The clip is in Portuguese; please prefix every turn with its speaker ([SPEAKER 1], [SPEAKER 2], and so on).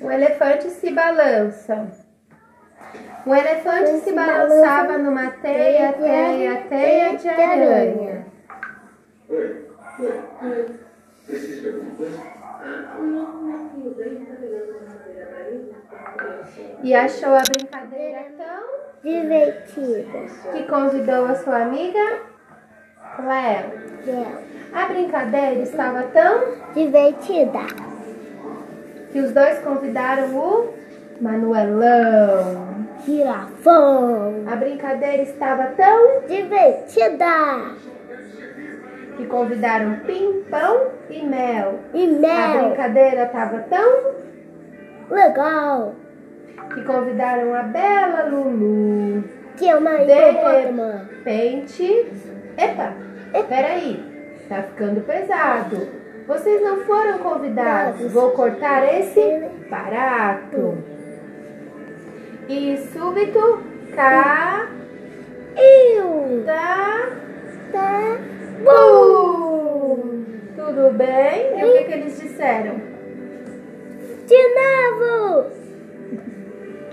[SPEAKER 1] O Um elefante se balança. O elefante se balançava numa teia, teia, teia de aranha. E achou a brincadeira tão
[SPEAKER 2] Divertida.
[SPEAKER 1] que convidou a sua amiga Cleo.
[SPEAKER 2] Bela.
[SPEAKER 1] A brincadeira estava tão
[SPEAKER 2] Divertida.
[SPEAKER 1] que os dois convidaram o Manuelão.
[SPEAKER 2] Girafão.
[SPEAKER 1] A brincadeira estava tão
[SPEAKER 2] Divertida.
[SPEAKER 1] que convidaram Pimpão e Mel.
[SPEAKER 2] E
[SPEAKER 1] A
[SPEAKER 2] mel.
[SPEAKER 1] brincadeira estava tão
[SPEAKER 2] Legal.
[SPEAKER 1] que convidaram a bela Lulu.
[SPEAKER 2] Que é uma
[SPEAKER 1] De
[SPEAKER 2] hipopótama.
[SPEAKER 1] repente. Epa! Peraí! Tá ficando pesado. Vocês não foram convidados. Vou cortar esse barato. E súbito cada.
[SPEAKER 2] Eu. Tá.
[SPEAKER 1] Bum! Tudo bem? E o que, que eles disseram?
[SPEAKER 2] De novo.